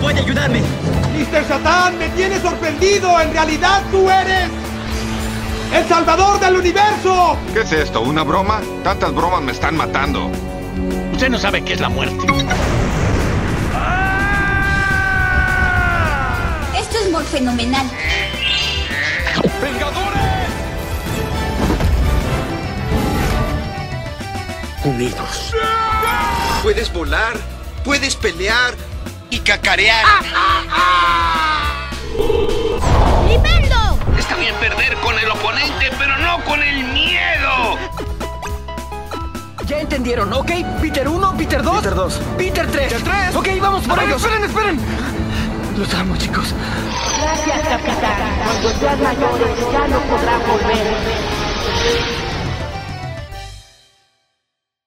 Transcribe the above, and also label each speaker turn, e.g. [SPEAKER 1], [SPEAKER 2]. [SPEAKER 1] puede ayudarme.
[SPEAKER 2] Mr. Satán, me tiene sorprendido. En realidad tú eres el salvador del universo.
[SPEAKER 3] ¿Qué es esto? ¿Una broma? Tantas bromas me están matando.
[SPEAKER 1] Usted no sabe qué es la muerte.
[SPEAKER 4] Esto es morfenomenal.
[SPEAKER 3] ¡Vengadores!
[SPEAKER 1] Unidos.
[SPEAKER 5] Puedes volar, puedes pelear y cacarear.
[SPEAKER 4] ¡Libéralo!
[SPEAKER 6] Está bien perder con el oponente, pero no con el miedo.
[SPEAKER 7] Ya entendieron, ¿ok? Peter 1, Peter 2.
[SPEAKER 8] Peter 2.
[SPEAKER 7] Peter 3.
[SPEAKER 8] Peter 3.
[SPEAKER 7] Ok, vamos por
[SPEAKER 8] A ver,
[SPEAKER 7] ellos.
[SPEAKER 8] esperen, esperen.
[SPEAKER 7] Los amo, chicos.
[SPEAKER 9] Gracias, capitán. Cuando seas mayor, ya no podrás volver.